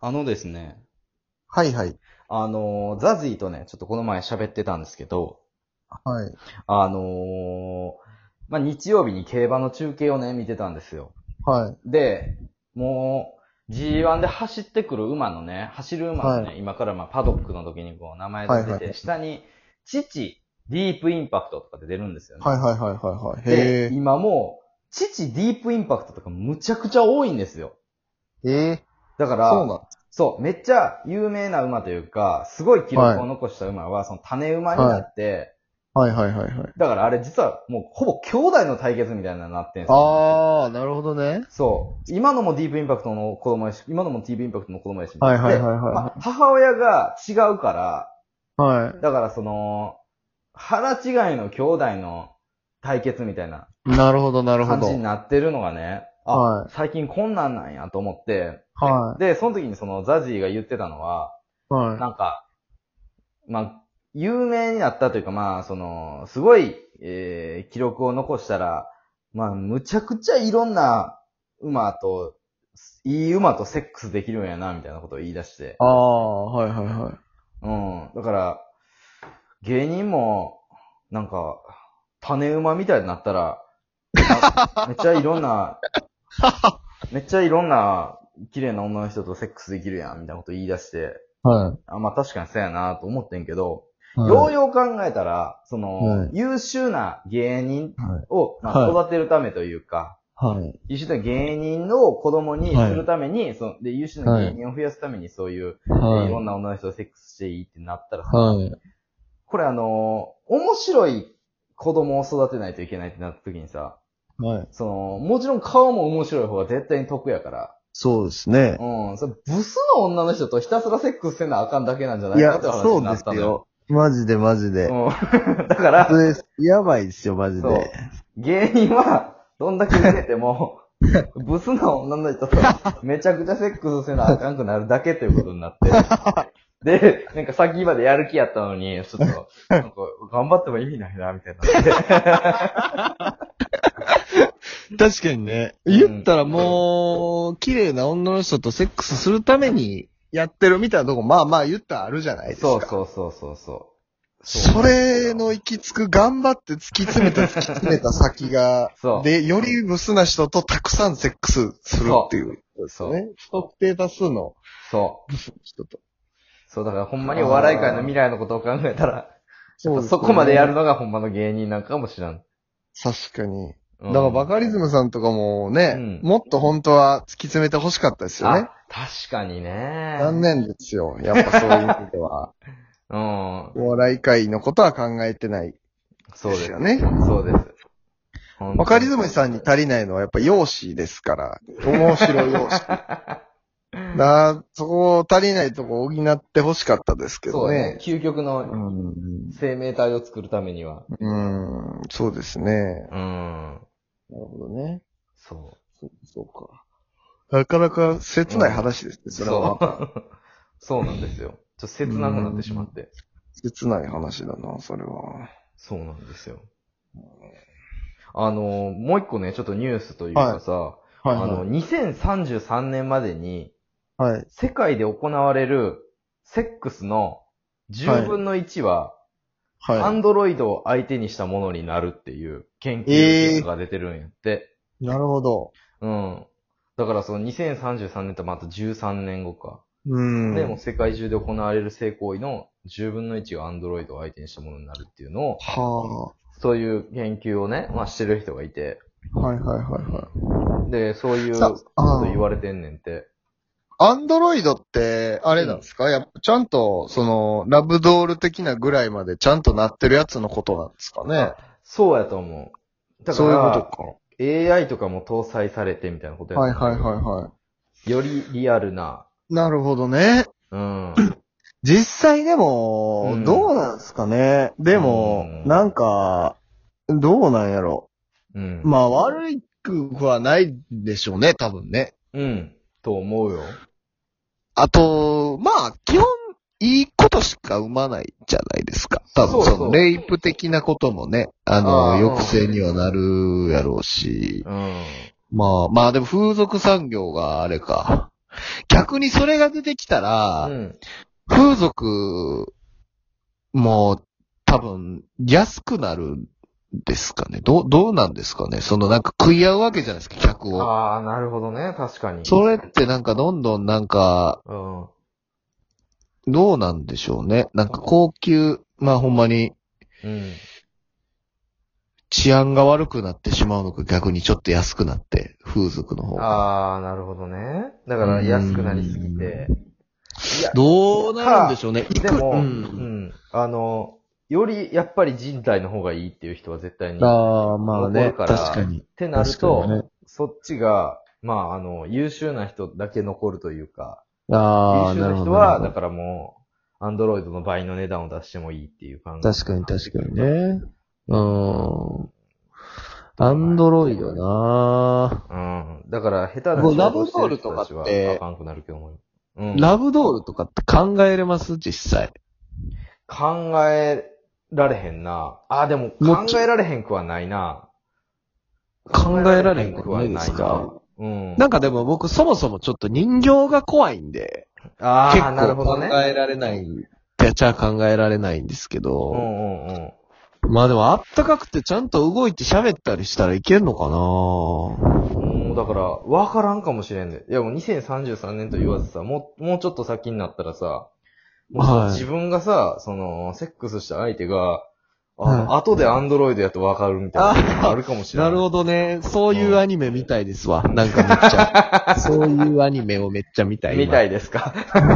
あのですね、はいはい。あのーザジーとね、ちょっとこの前喋ってたんですけど、はい。あのーまあ、日曜日に競馬の中継をね、見てたんですよ。はい。で、もう、G1 で走ってくる馬のね、走る馬のね、は今からまあパドックの時にこう名前はい出はていはて、い下に、父、ディープインパクトとかで出るんですよね。はいはいはいはいはい。でへ、今もう、父、ディープインパクトとかむちゃくちゃ多いんですよ。え。ええ。だから、そうなんそう、めっちゃ有名な馬というか、すごい記録を残した馬は、その種馬になって、はいはいはいはい。だからあれ実はもうほぼ兄弟の対決みたいなのになってんすよ、あー、なるほどね。そう。今のもディープインパクトの子供やし、今のもディープインパクトの子供やし。はいはいはいでまはあ母親が違うから、い。は。だからその、腹違いの兄弟の対決みたいないなるほどなるほ感どじ。になってるのがね、あ、はい最近こんなんなんやと思って、はで、その時にそのザジーが言ってたのは、い。はなんか、まあ、有名になったというか、まあ、その、すごい、えー、記録を残したら、まあ、むちゃくちゃいろんな馬と、いい馬とセックスできるんやな、みたいなことを言い出してい。。あー、はいはいはい。うん。だから、芸人も、なんか、種馬みたいになったら、 めっちゃいろんな、めっちゃいろんな、綺麗な女の人とセックスできるやん、みたいなこと言い出して、はあ、まあ確かにそうやなと思ってんけど、い。よはうよう考えたら、その、はい優秀な芸人はいを、まあは育てるためというか、い。はい。優秀な芸人を子供にはいするために、そので優秀な芸人を増やすためにそういう、、はろいい。んな女の人とセックスしていいってなったらさ、はい。これあのー面白い子供を育てないといけないってなった時にさ、はい。その、もちろん顔も面白い方が絶対に得やから、そうですね。うん、それブスの女の人とひたすらセックスせなあかんだけなんじゃないいかや、って話そにうなでっすたのよ。よ。マジでマジで。うん だから、それ、やばいですよ、マジそうで。芸人は、どんだけ売れて も、ブスな女の人と、めちゃくちゃセックスせなあかんくなるだけということになって。で、なんかさっきまでやる気やったのに、ちょっと、なんか、頑張っても意味ないな、みたいになって。確かにね。言ったらもう、綺麗な女の人とセックスするためにやってるみたいなとこ、まあまあ言ったらあるじゃないですか。そうそうそうそうそそれの行き着く、頑張って突き詰めた突き詰めた先がそう、で、よりブスな人とたくさんセックスするっていうことですよね。不特定多数のう。そう。ブスの人と。そう、だからほんまにお笑い界の未来のことを考えたら、そそこまでやる。のがほんまの芸人なんかもしらん。確かに。うだんからバカリズムさんとかもね、うんもっと本当は突き詰めて欲しかったですよねあ。確かにね。残念ですよ。やっぱそういう意味では。うん。お笑い界のことは考えてない。そうですよねそうです。バカリズムさんに足りないのはやっぱ容姿ですから。面白い容姿。 なそこ足りないとこ補って欲しかったですけそどうねね。。究極うのん生命体を作るためには。うん、そうですね。なうん。るほどね。そそうそうか。なかなか切ない話ですね、う。それは。そう。 そうなんですよ。ちょっと切なくなってしまって。切ない話だな、それは。そうなんですよ。あの、もう一個ね、ちょっとニュースというかさ、はい、あの、2033年までに、はい。世界で行われるセックスの10分の1は、アはンドロイドを相手にしたものになるっていう研究結果が出てるんやって。い。なるほど。うん。だからその2033年とまた13年後か。うん。で、もう世界中で行われる性行為の10分の1がアンドロイドを相手にしたものになるっていうのを、はそういう研究をね、まあしてる人がいて。あ。はいはいはいはで、そういうい。こあと言われてんねんて。アンドロイドって、あれなんですか、やっぱちゃんと、その、ラブドール的なぐらいまでちゃんとなってるやつのことなんですかね。そうやと思う。だかそういうこら、AI とかも搭載されてみたいなこととやか。はいと思うはいはいはよりリアルな、い。なるほどね。うん。実際でも、うんどうなんですかね。でうも、んなんか、どうなんやろ。うん。まあ悪くはないでしょうね、多分ね。うん。と思うよ。あと、まあ、基本、いいことしか生まないじゃないですか。そ多う分、そうその、レイプ的なこともね、あの、あー抑制にはなるやろうし、うん。まあ、まあでも風俗産業があれか、逆にそれが出てきたら、うん。風俗も多分安くなるんですかね。どう、どうなんですかね。そのなんか食い合うわけじゃないですか、客を。ああ、なるほどね。確かに。それってなんかどんどんなんか、うん。どうなんでしょうね。なんか高級、まあほんまにうん。治安が悪くなってしまうのか逆にちょっと安くなって、風俗の方が。ああ、なるほどね。だから安くなりすぎて。いや、どうなるんでしょうね。いくでも、う。うんん。あの、よりやっぱり人体の方がいいっていう人は絶対に。っああ、まあ残ね。るから確かに。てなる確かと、にね。そっちが、まあ、あの、優秀な人だけ残るというか、ああ、優秀なるな人ほど。は、だからもう、アンドロイドの倍の値段を出してもいいっていう感じ。確かに確かにね。うん。アンドロイドなうん。だから、下手なもう仕事をしてる人ラブドールとたちかってはあかんくなるけども。うん。ラブドールとかって考えれます実際。考えられへんな。あ、でもも考うちえられへんくはないな。考えられへんことないですかうん。なんかでも僕そもそもちょっと人形が怖いんで、あ結あ、なる構ほど考ね。えられない。ってちゃ考えられないんですけうど、んうんうん。まあでもあったかくてちゃんと動いて喋ったりしたらいけんのかなもうだから、わからんかもしれんで、いやもう2033年と言わずさ、もう、もうちょっと先になったらさ、もうはい自分がさ、その、セックスした相手が、あ、は後でアンドロイドやとわかるみたいなのあるかもしれな。ないるほど。どね。そういうアニメみたいですわ。なんかめっ ちゃ。そういうアニメをめっちゃ見たい。み今たいですか。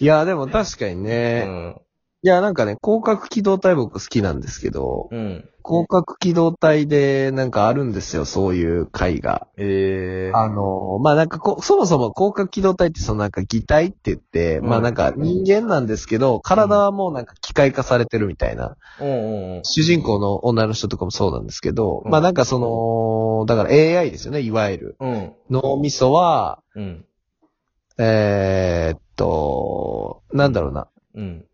いや、でも確かにうね。ん。いや、なんかね、広角機動隊僕好きなんですけど、うん。広角機動隊でなんかあるんですよ、そういう回が。ええー。あの、まあ、なんかこう、そもそも広角機動隊ってそのなんか擬態って言って、うんまあ、なんか人間なんですけど、体はもうなんか機械化されてるみたいな。うんうんうん。主人公の女の人とかもそうなんですけど、うんまあ、なんかその、だから AI ですよね、いわゆる。うん。脳みそは、うん。えーっと、なんだろうな。うん。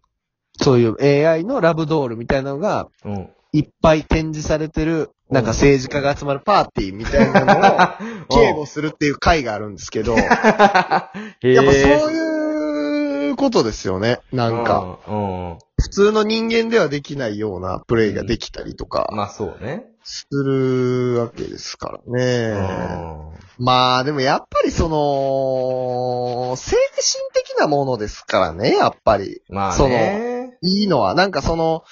そういう AI のラブドールみたいなのが、うん。いっぱい展示されてる、なんか政治家が集まるパーティーみたいなのを警護するっていう会があるんです けど、やっぱへえ。そう、ういうことですよね。なんか、。うん。普通の人間ではできないようなプレイができたりとか、まあそうね。するわけですからね。うんまあでもやっぱりその、精神的なものですからね、やっぱり。まあそね。いいのは、なんかその、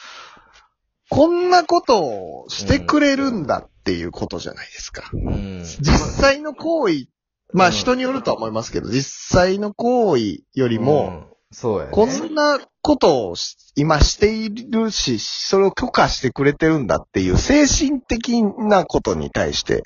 こんなことをしてくれるんだっていうことじゃないですか。うん。実際の行為、まうあん人によるとは思いますけど、実際の行為よりも、うん、そうやね。こんなことをし今しているし、それを許可してくれてるんだっていう精神的なことに対して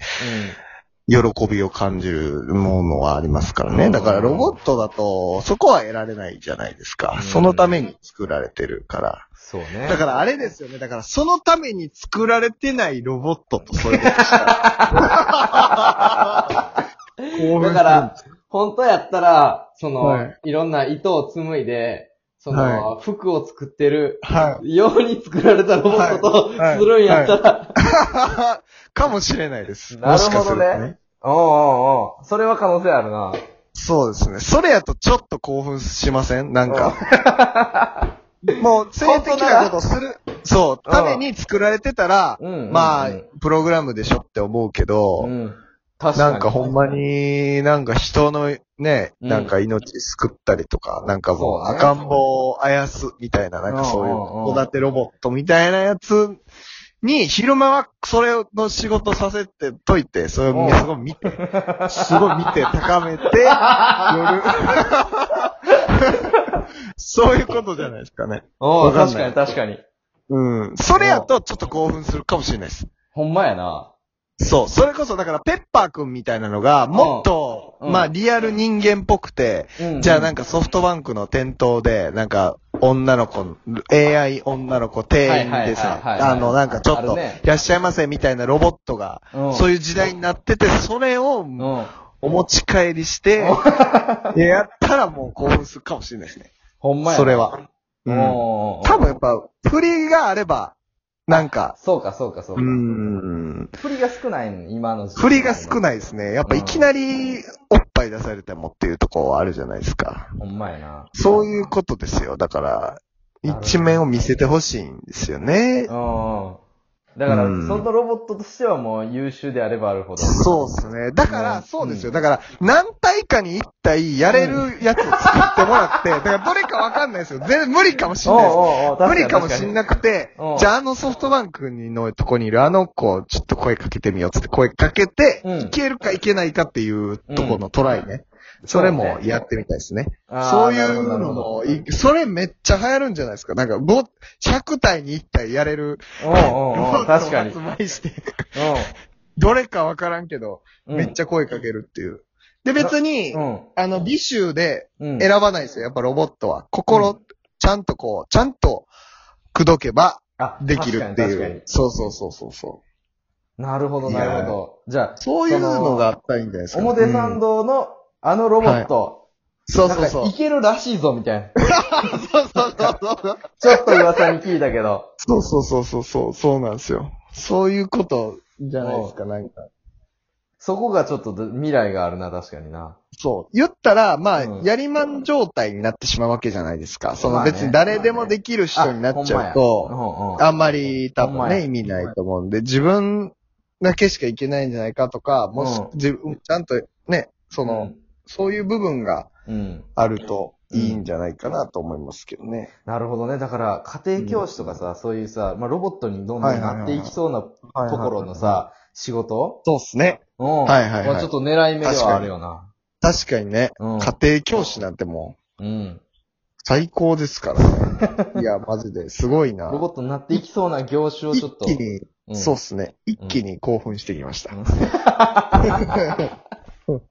喜びを感じるものはありますからうね。んだからロボットだとそこは得られないじゃないですうかん。そのために作られてるから。そうね。だからあれですよね。だからそのために作られてないロボットとそれでした らだから、本当やったら、その、、はいろんな糸を紡いで、その、は服を作ってるはように作られたロボットと、はいはいするんやったら、い。 かもしれないです。なるほどねもしかするとおうおうおうそれは可能性あるな。そうですね。それやとちょっと興奮しませんなんか。もう性的なことする、そう、うんために作られてたら、うんうんうんまあ、プログラムでしょって思うけど、うん。確かに。なんかほんまに、なんか人のね、うんなんか命救ったりとか、なんかもうそうね赤ん坊をあやすみたいな、なんかそういうんうんううん子育てロボットみたいなやつに、昼間はそれの仕事させてといて、それうんをすごい 見て、すごい見て高めて、 夜、そういうことじゃないですかね。おうわか確んかなにい確かに。うん。それやとちょっと興奮するかもしれないです。ほんまやな。そう。それこそ、だから、ペッパーくんみたいなのが、もっと、うんまあ、リアル人間っぽくて、うんじゃあなんかソフトバンクの店頭で、なんか、女の子、AI 女の子店員ではい、はさいはいはいあの、なんかちょっあると、ねいらっしゃいませみたいなロボットが、うんそういう時代になってて、それをうん。お持ち帰りして、 いややったらもう興奮するかもしれないですね。ほんまやな。それは。うおうんおうおう多分やっぱ、振りがあれば、なんか、そうか、そうか、そううか。ん。振りが少ないの、今の時振りが少い。ないですね。やっぱいきなりおっぱい出されてもっていうところはあるじゃないですか。ほんまやな。そういうことですよ。だから、なるほど一面を見せてほしいんですよね。うん。だから、うんそのロボットとしてはもう優秀であればあるほど。そうですね。だかうんら、そうですうよ。んだから、何体かに一体やれるやつを作ってもらって、だからどれかわかんないですよ。全然無理かもしんおうないです。おうおう確無に理かもしんなくてうん、じゃああのソフトバンクのとこにいるあの子、ちょっと声かけてみようっつって声かけて、うんいけるかいけないかっていうとこのトライね。それもやってみたいですね。あーそういうなるのほどもい、それめっちゃ流行るんじゃないですか。なんか、5、100体に1体やれる。なるほどおうおう おう確かに。う発ん。売して。どれかわからんけど、めっちゃ声かけるっていう。で、別に、うん。あの、美集でうん。選ばないですよ。やっぱロボットは。心、ちゃんとこう、ちゃんと、口説けば、あできるっ確てかに確かいにう。。そうそうそうそうそう。なるほど、なるほど。じゃあ、そういうのがあったらいいんじゃないですか。表参うん道のあのロボット、そうなんそうかそうい。けるらしいぞ、みたいな。そうそうそうそう。ちょっと噂に聞いたけど。そうそうそうそうそう、そうなんですよ。そういうことじゃないですか、なんか。そこがちょっと未来があるな、確かにな。そう。言ったら、まあ、うんやりまん状態になってしまうわけじゃないですか。そまあのね別に誰でもできる人になっちゃうあと、ほんまやあんまり多ほん分まやね、意味ないと思うんで、自分だけしかいけないんじゃないかとか、もしうん自分、ちゃんとね、そうんうんの、そういう部分がうん。うん。あるといいんじゃないかなと思いますけどね。なるほどね。だから、家庭教師とかさ、そういうさ、まあ、ロボットにどんどんなっていきそうなとはいはいはいころのさ、仕事そうっすね。うん。はいはいはいまあちょっと狙い目ではあるよな。確かにね、うん。家庭教師なんてもう、うん。最高ですから ね。いや、マジで、すごいな。ロボットになっていきそうな業種をちょっと。一気に、うんそうっす ね。一気に興奮してきました。うん